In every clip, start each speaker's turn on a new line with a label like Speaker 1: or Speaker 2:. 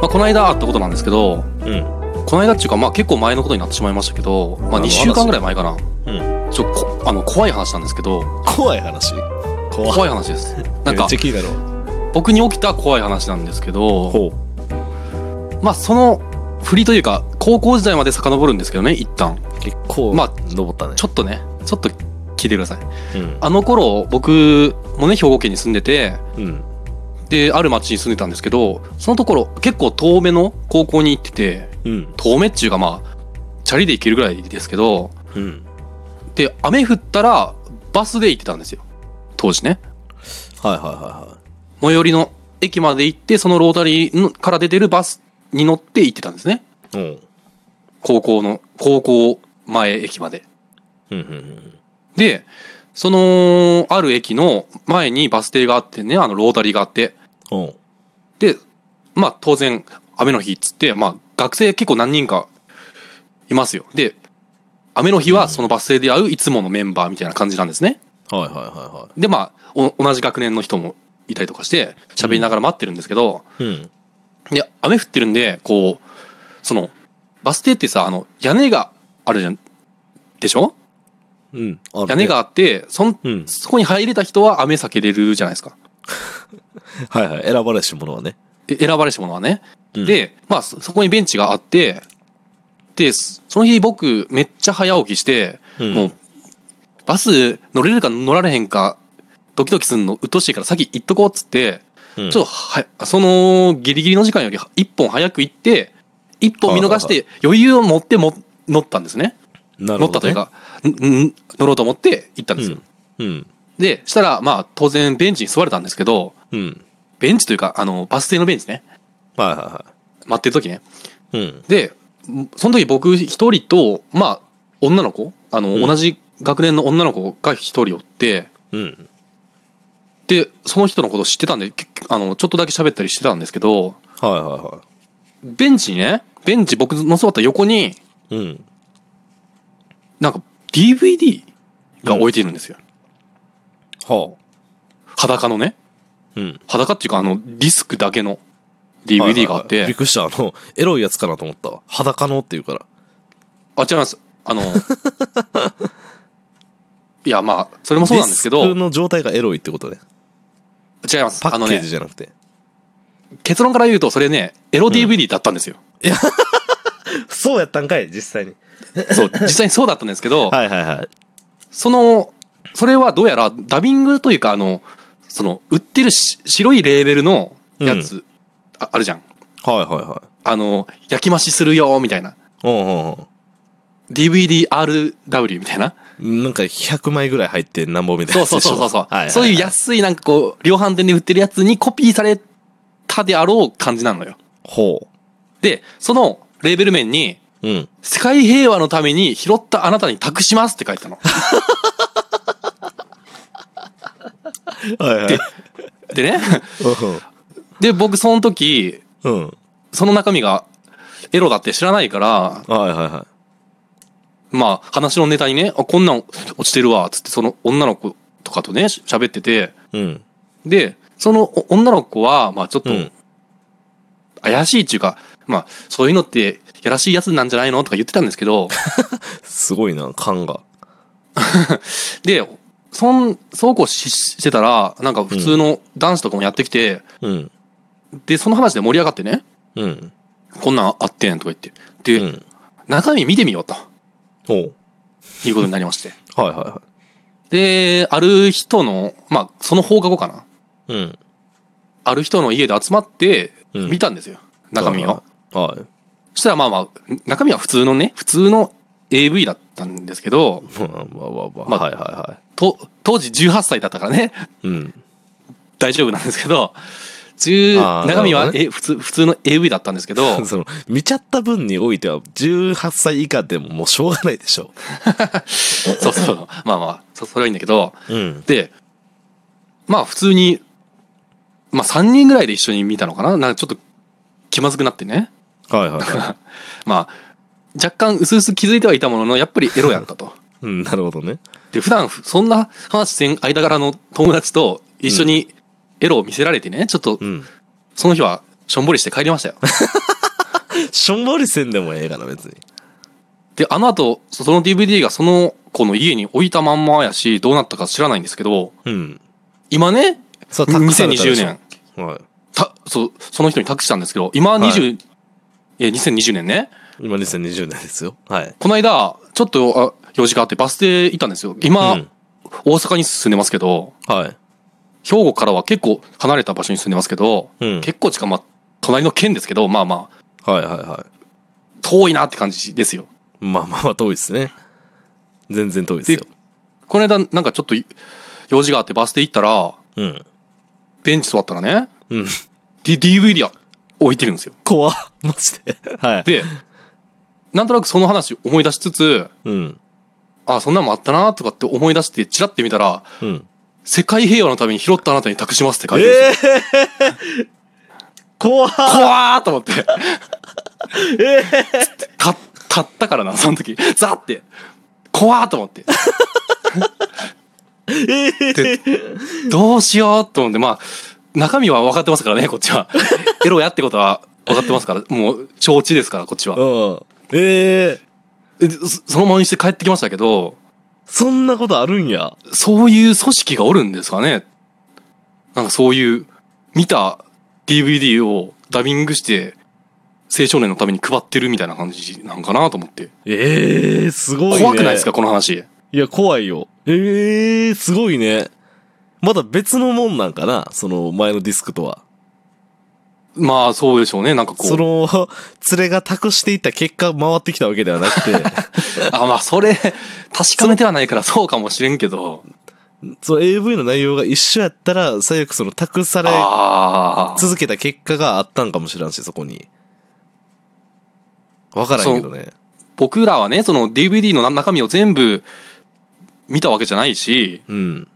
Speaker 1: この間あったことなんですけど、
Speaker 2: うん。
Speaker 1: この間っていうか、まあ結構前のことになってしまいましたけど、ま
Speaker 2: あ
Speaker 1: あ
Speaker 2: の
Speaker 1: 2週間ぐらい前かな。
Speaker 2: うん。
Speaker 1: ちょ、こあの、怖い話なんですけど、
Speaker 2: 怖い話。怖い。
Speaker 1: 怖い話です。なん
Speaker 2: めっ
Speaker 1: か
Speaker 2: ち、ゃ気になるわ。
Speaker 1: 僕に起きた怖い話なんですけど、
Speaker 2: ほう。
Speaker 1: まあその、振りというか、高校時代まで遡るんですけどね、一旦。
Speaker 2: 結構、
Speaker 1: ま
Speaker 2: ま
Speaker 1: あ
Speaker 2: あ、登ったね。
Speaker 1: ちょっとね、ちょっと聞いてください。
Speaker 2: うん。
Speaker 1: あの頃、僕もね、兵庫県に住んでて、
Speaker 2: うん。
Speaker 1: で、ある町に住んでたんですけど、そのところ、結構遠目の高校に行ってて、
Speaker 2: うん。
Speaker 1: 遠目っていうかまあ、チャリで行けるぐらいですけど、
Speaker 2: うん。
Speaker 1: で、雨降ったら、バスで行ってたんですよ。当時ね。
Speaker 2: はいはいはいは
Speaker 1: 最寄りの駅まで行って、そのロータリーのから出てるバスに乗って行ってたんですね。
Speaker 2: い。うん。
Speaker 1: 高校の、高校前駅まで。
Speaker 2: うんうん
Speaker 1: で、その、ある駅の前にバス停があってね、あのロータリーがあって。
Speaker 2: うん。うん。
Speaker 1: で、まあ当然、雨の日っつって、まあ学生結構何人かいますよ。で、雨の日はそのバス停で会ういつものメンバーみたいな感じなんですね。
Speaker 2: はいはいは
Speaker 1: で、まあ、お同じ学年の人もいたりとかして、喋りながら待ってるんですけど、
Speaker 2: いはい。うん。
Speaker 1: で、雨降ってるんで、こう、その、バス停ってさ、あの、屋根があるじゃん、でしょ
Speaker 2: うん。あるね
Speaker 1: 屋根。があって、そん、
Speaker 2: うん。
Speaker 1: そこに入れた人は雨避けれるじゃないですか。
Speaker 2: はいはい。選ばれし者はね。
Speaker 1: え選ばれし者はね。
Speaker 2: うん、
Speaker 1: で、まあ、そそこにベンチがあって、で、そその日僕、めっちゃ早起きして、
Speaker 2: うん
Speaker 1: もう、バス乗れるか乗られへんか、ドキドキすんの、うっとうしいから先行っとこうっつって、
Speaker 2: うん、
Speaker 1: ちょっとは、その、ギリギリの時間より一本早く行って、一本見逃して余裕を持っても乗ったんですね。
Speaker 2: なる
Speaker 1: 乗っ
Speaker 2: ほ
Speaker 1: たとい
Speaker 2: ど
Speaker 1: う
Speaker 2: ね、
Speaker 1: か、んん乗ろうと思って行ったんですよ。
Speaker 2: うん。うん。
Speaker 1: で、したら、まあ、当然ベンチに座れたんですけど、
Speaker 2: うん。
Speaker 1: ベンチというか、あの、バス停のベンチね。
Speaker 2: はいは
Speaker 1: 待ってる時ね。
Speaker 2: いはい。うん。
Speaker 1: で、んその時僕一人と、まあ、女の子、あの、
Speaker 2: うん
Speaker 1: 同じ学年の女の子が一人おって、
Speaker 2: うん。
Speaker 1: で、その人のこと知ってたんで、きあの、ちょっとだけ喋ったりしてたんですけど、
Speaker 2: はいは
Speaker 1: ベンチにね、ベンチ僕の座った横に、
Speaker 2: いはい。うん。
Speaker 1: なんか DVD が置いてるんですよ。
Speaker 2: は
Speaker 1: 裸のね。
Speaker 2: あ。うん。
Speaker 1: 裸っていうか、あの、ディスクだけの DVD があっ、
Speaker 2: はいはいはいびってくりした。あの、エロいやつかなと思ったわ。裸のって言うから。
Speaker 1: あ、違います。あの、 いや、まあ、それもそうなんですけど、
Speaker 2: ディス
Speaker 1: 違
Speaker 2: クの状態がエロいってことね。
Speaker 1: います。
Speaker 2: パ
Speaker 1: あの
Speaker 2: ッケー
Speaker 1: ね
Speaker 2: ジ、じゃなくて。
Speaker 1: 結論から言うと、それね、エロ DVD だったんです よ。
Speaker 2: そうやったんかい、実際に。
Speaker 1: そう、実際にそうだったんですけど、
Speaker 2: はいはいはい。
Speaker 1: その、それはどうやらダビングというか、あの、その、売ってるし白いレーベルのやつ、ああるじゃん。
Speaker 2: はいはいは
Speaker 1: あの、焼き増しするよ、みたいな。
Speaker 2: い。うんうん
Speaker 1: DVDRW みたいな。
Speaker 2: うん。なんか100枚ぐらい入ってなんぼみたい
Speaker 1: そう
Speaker 2: なやつ
Speaker 1: そう
Speaker 2: でしょ。
Speaker 1: そうそうそう、
Speaker 2: はいはいはい
Speaker 1: そういう。安いなんかこう、量販店で売ってるやつにコピーされたであろう感じなのよ。
Speaker 2: ほ
Speaker 1: で、そのレーベル面に、
Speaker 2: う。うん。
Speaker 1: 世界平和のために拾ったあなたに託しますって書いてた の。
Speaker 2: はいはい。
Speaker 1: でね、で、僕その時、
Speaker 2: うん。うん。
Speaker 1: その中身がエロだって知らないから、
Speaker 2: はいはいは
Speaker 1: まあ、話のネタにね、あ、こんなん落ちてるわ、つって、その女の子とかとね、し喋ってて、
Speaker 2: い。うん。
Speaker 1: で、そのお女の子は、まあ、ちょっと
Speaker 2: うん、
Speaker 1: 怪しいっていうか、まあ、そういうのって、やらしいやつなんじゃないのとか言ってたんですけど、
Speaker 2: すごいな、感が。
Speaker 1: で、そん、そうこうししてたら、なんか普通の男子とかもやってきて、
Speaker 2: うん。
Speaker 1: で、その話で盛り上がってね、
Speaker 2: うん。
Speaker 1: こんなんあってんとか言って、
Speaker 2: う
Speaker 1: で、
Speaker 2: ん。
Speaker 1: 中身見てみようと、
Speaker 2: ほう。
Speaker 1: いうことになりま して。
Speaker 2: はいは
Speaker 1: で、ある人の、まあ、その放課後かな。
Speaker 2: いはい。うん。
Speaker 1: ある人の家で集まって、
Speaker 2: うん
Speaker 1: 見たんですよ。中身を。。
Speaker 2: は
Speaker 1: そしたらまあまあ、中身は普通のね、普通の AV だったんですけど、
Speaker 2: い。まあまあまあまあ。
Speaker 1: まあ
Speaker 2: はいはいは
Speaker 1: と、当時18歳だったからね、
Speaker 2: い。うん。
Speaker 1: 大丈夫なんですけど、10
Speaker 2: あー
Speaker 1: 中身
Speaker 2: な
Speaker 1: は、
Speaker 2: るほど、
Speaker 1: え普通、普通の AV だったんですけど
Speaker 2: その、見ちゃった分においては、18歳以下でももうしょうがないでしょ。
Speaker 1: そうそう、まあまあ、そそれはいいんだけど、
Speaker 2: うん。
Speaker 1: で、まあ普通に、まあ3人ぐらいで一緒に見たのかななんかちょっと気まずくなってね。
Speaker 2: はいはいは
Speaker 1: まあ、若干薄々気づいてはいたものの、やっぱりエロやったと。
Speaker 2: い。 うん、なるほどね。
Speaker 1: で、普段、そんな話せん間柄の友達と一緒にエロを見せられてね、ちょっと
Speaker 2: う、ん。
Speaker 1: その日はしょんぼりして帰りましたよ。
Speaker 2: しょんぼりせんでもええかな、別に。
Speaker 1: で、あの後、その DVD がその子の家に置いたまんまやし、どうなったか知らないんですけど、
Speaker 2: うん。
Speaker 1: 今ね、
Speaker 2: さ
Speaker 1: 2020年。、
Speaker 2: はい。
Speaker 1: たそうその人に託したんですけど、今20、
Speaker 2: は
Speaker 1: えー2020年ね、
Speaker 2: 今2020年ですよ。はい。
Speaker 1: この間、ちょっとあ用事があってバス停行ったんですよ。今、
Speaker 2: うん
Speaker 1: 大阪に住んでますけど、
Speaker 2: はい。
Speaker 1: 兵庫からは結構離れた場所に住んでますけど、
Speaker 2: うん。
Speaker 1: 結構近い、まあ、隣の県ですけど、まあまあ、
Speaker 2: はいはいは
Speaker 1: 遠いなって感じですよ。
Speaker 2: い。まあまあまあ遠いですね。全然遠いですよ。
Speaker 1: この間、なんかちょっと用事があってバス停行ったら、
Speaker 2: うん。
Speaker 1: ベンチ座ったらね、
Speaker 2: うん。
Speaker 1: D、DVD 置いてるんですよ。
Speaker 2: 怖っマジで。はい。
Speaker 1: で、なんとなくその話思い出しつつ、
Speaker 2: うん。
Speaker 1: あ、そんなんもあったなとかって思い出して、チラって見たら、
Speaker 2: うん。
Speaker 1: 世界平和のために拾ったあなたに託しますって書いてるんですよ。
Speaker 2: え 怖っ
Speaker 1: 怖ーと思って。
Speaker 2: え
Speaker 1: た、立ったからな、その時。ザーって。怖ーと思って。
Speaker 2: え
Speaker 1: でどうしようと思って、まあ、中身は分かってますからね、こっち は。エロやってことは分かってますから、もう承知ですから、こっちは。
Speaker 2: うん。ええ
Speaker 1: でそそのままにして帰ってきましたけど、
Speaker 2: そんなことあるんや。
Speaker 1: そういう組織がおるんですかねなんかそういう、見た DVD をダビングして、青少年のために配ってるみたいな感じなんかなと思って。
Speaker 2: ええすごいね。
Speaker 1: 怖くないですかこの話。
Speaker 2: いや、怖いよ。ええすごいね。まだ別のもんなんかなその前のディスクとは。
Speaker 1: まあ、そうでしょうね。なんかこ。
Speaker 2: そうの、連れが託していった結果回ってきたわけではな くて、
Speaker 1: あ、まあ、それ、 確かめてはないからそうかもしれんけど。
Speaker 2: その AV の内容が一緒やったら、最悪その託され
Speaker 1: ああ。
Speaker 2: 続けた結果があったんかもしれんし、そこに。わからんけどね。
Speaker 1: 僕らはね、その DVD の中身を全部見たわけじゃないし、
Speaker 2: うん。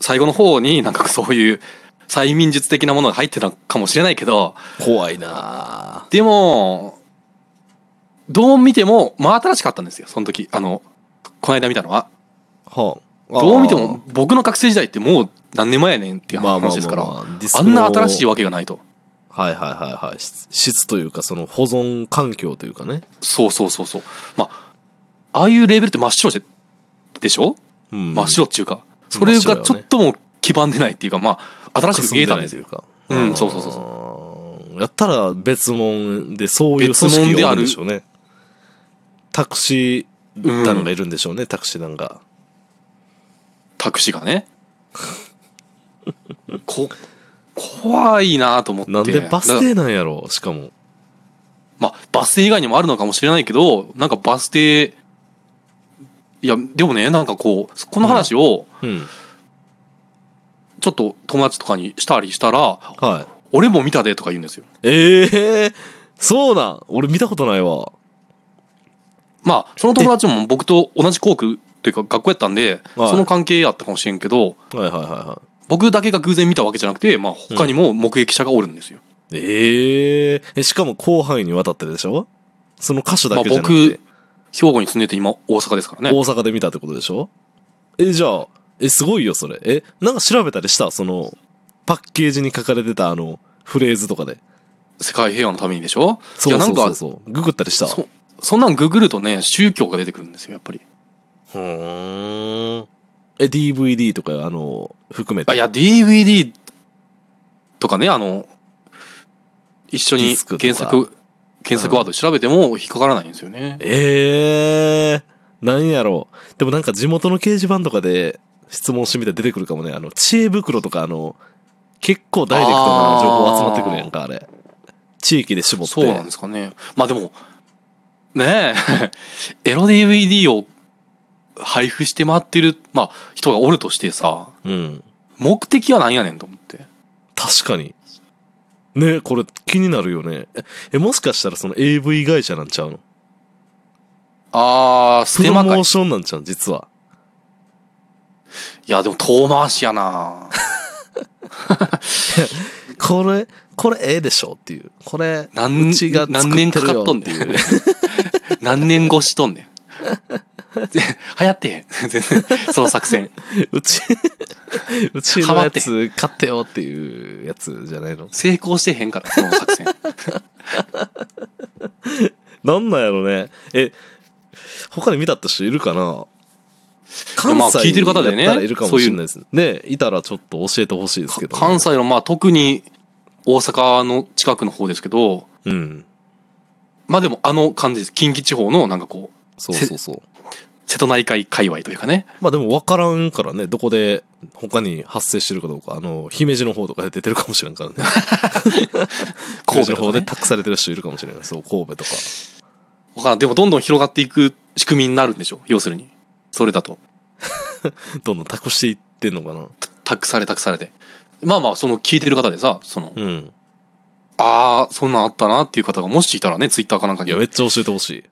Speaker 1: 最後の方になんかそういう催眠術的なものが入ってたかもしれないけど、
Speaker 2: 怖いな
Speaker 1: でも、どう見ても真新しかったんですよ、その時。あの、この間見たのは。
Speaker 2: はあ
Speaker 1: どう見ても、僕の学生時代ってもう何年前やねんっていう
Speaker 2: まあまあまあまあ
Speaker 1: 話ですから、あ
Speaker 2: ディスク
Speaker 1: ん
Speaker 2: の
Speaker 1: な新しいわけがないと。
Speaker 2: はいはいはいはい。質質というか、その保存環境というかね。
Speaker 1: そうそうそうそう。まあ、ああいうレーベルって真っ白ででしょ
Speaker 2: うん。
Speaker 1: 真っ白っていうか、それがちょっとも黄ばんでないっていうか、まあ、新しく見えたんですよ。
Speaker 2: よ。
Speaker 1: うんそうそうそう
Speaker 2: そう。やったら別物で、そういう
Speaker 1: 別
Speaker 2: 組織
Speaker 1: 物で
Speaker 2: が
Speaker 1: あ
Speaker 2: あ
Speaker 1: る
Speaker 2: るんでしょうね。タクシー団がいるんでしょうね、タクシー団が。
Speaker 1: タクシーが ね。こ、怖いなと思って。
Speaker 2: なんでバス
Speaker 1: だから
Speaker 2: 停なんやろうしかも。
Speaker 1: まあ、バス停以外にもあるのかもしれないけど、なんかバス停、いや、でもね、なんかこう、この話を、
Speaker 2: うん。
Speaker 1: ちょっと友達とかにしたりしたら、
Speaker 2: はい。
Speaker 1: 俺も見たでとか言うんですよ。
Speaker 2: ええそうなん俺見たことないわ。
Speaker 1: まあ、その友達も僕と同じ校区というか学校やったんで、
Speaker 2: はい
Speaker 1: その関係やったかもしれんけど、
Speaker 2: はいはいはいは
Speaker 1: 僕だけが偶然見たわけじゃなくて、まあ他にも目撃者がおるんですよ。
Speaker 2: い。えええ、しかも広範囲にわたってるでしょその箇所だけじゃなくて。
Speaker 1: まあ僕兵庫に住んでて今大阪ですからね。
Speaker 2: 大阪で見たってことでしょえ、じゃあ、え、すごいよ、それ。え、なんか調べたりしたその、パッケージに書かれてたあの、フレーズとかで。
Speaker 1: 世界平和のためにでしょ
Speaker 2: そうそう
Speaker 1: や
Speaker 2: そ
Speaker 1: なん
Speaker 2: う
Speaker 1: か
Speaker 2: そう。ググったりした。
Speaker 1: そ、そんなんググるとね、宗教が出てくるんですよ、やっぱり。
Speaker 2: ふーん。え、DVD とか、あの、含めて。
Speaker 1: あいや、DVD とかね、あの、一緒
Speaker 2: デ
Speaker 1: に
Speaker 2: ィスクとか
Speaker 1: 検索、検索ワード調べても引っかからないんですよね。
Speaker 2: ええー、なんやろう。でもなんか地元の掲示板とかで質問してみたら出てくるかもね。あの、知恵袋とか、あの、結構ダイレクトな情報集まってくるやんか、あれ。地域で絞って。
Speaker 1: そうなんですかね。まあでも、ねえ、 エロ DVD を配布して回ってる、まあ人がおるとしてさ、
Speaker 2: うん。
Speaker 1: 目的は何やねんと思って。
Speaker 2: 確かに。ねこれ気になるよね。ええ、もしかしたらその AV 会社なんちゃうの
Speaker 1: あー、ス
Speaker 2: プ
Speaker 1: テ
Speaker 2: ロ
Speaker 1: マ
Speaker 2: モ
Speaker 1: かい
Speaker 2: ー。ションなんちゃう実は。
Speaker 1: いや、でも遠回しやな
Speaker 2: これ、これええでしょっていう。これ、
Speaker 1: 何
Speaker 2: うちが作ってるよ
Speaker 1: 何年かかっとんねん。何年越しとんねん。流行ってへん。全然。その作戦。
Speaker 2: うち、 うち
Speaker 1: ハ
Speaker 2: の
Speaker 1: マ
Speaker 2: や
Speaker 1: って
Speaker 2: つ買ってよっていうやつじゃないの。
Speaker 1: 成功してへんから、その作 戦。
Speaker 2: なんなんやろね。え、他に見たって人いるかな関
Speaker 1: まあ
Speaker 2: 西
Speaker 1: 聞いてる方でね
Speaker 2: やったらいるかもしれないです。ね、いたらちょっと教えてほしいですけど、
Speaker 1: 関。西の、まあ特に大阪の近くの方ですけど、
Speaker 2: うん。
Speaker 1: まあでもあの感じです。近畿地方のなんかこう、
Speaker 2: そうそうそう。
Speaker 1: 瀬戸内海界隈というかね。
Speaker 2: まあでも分からんからね、どこで他に発生してるかどうか、あの、姫路の方とかで出てるかもしれんからね。
Speaker 1: 神
Speaker 2: 神戸
Speaker 1: 戸
Speaker 2: の
Speaker 1: の
Speaker 2: 方
Speaker 1: 方
Speaker 2: で
Speaker 1: で
Speaker 2: 託されてる人いるかもしれない。そう、神戸とか。
Speaker 1: わからんでもどんどん広がっていく仕組みになるんでしょ。要するに。それだと。
Speaker 2: どんどん託していってんのかな。
Speaker 1: 託され託されて。まあまあ、その聞いてる方でさ、その、
Speaker 2: うん。
Speaker 1: ああ、そんなんあったなっていう方がもしいたらね、ツイッターかなんか
Speaker 2: い
Speaker 1: に
Speaker 2: や、めっちゃ教えてほしい。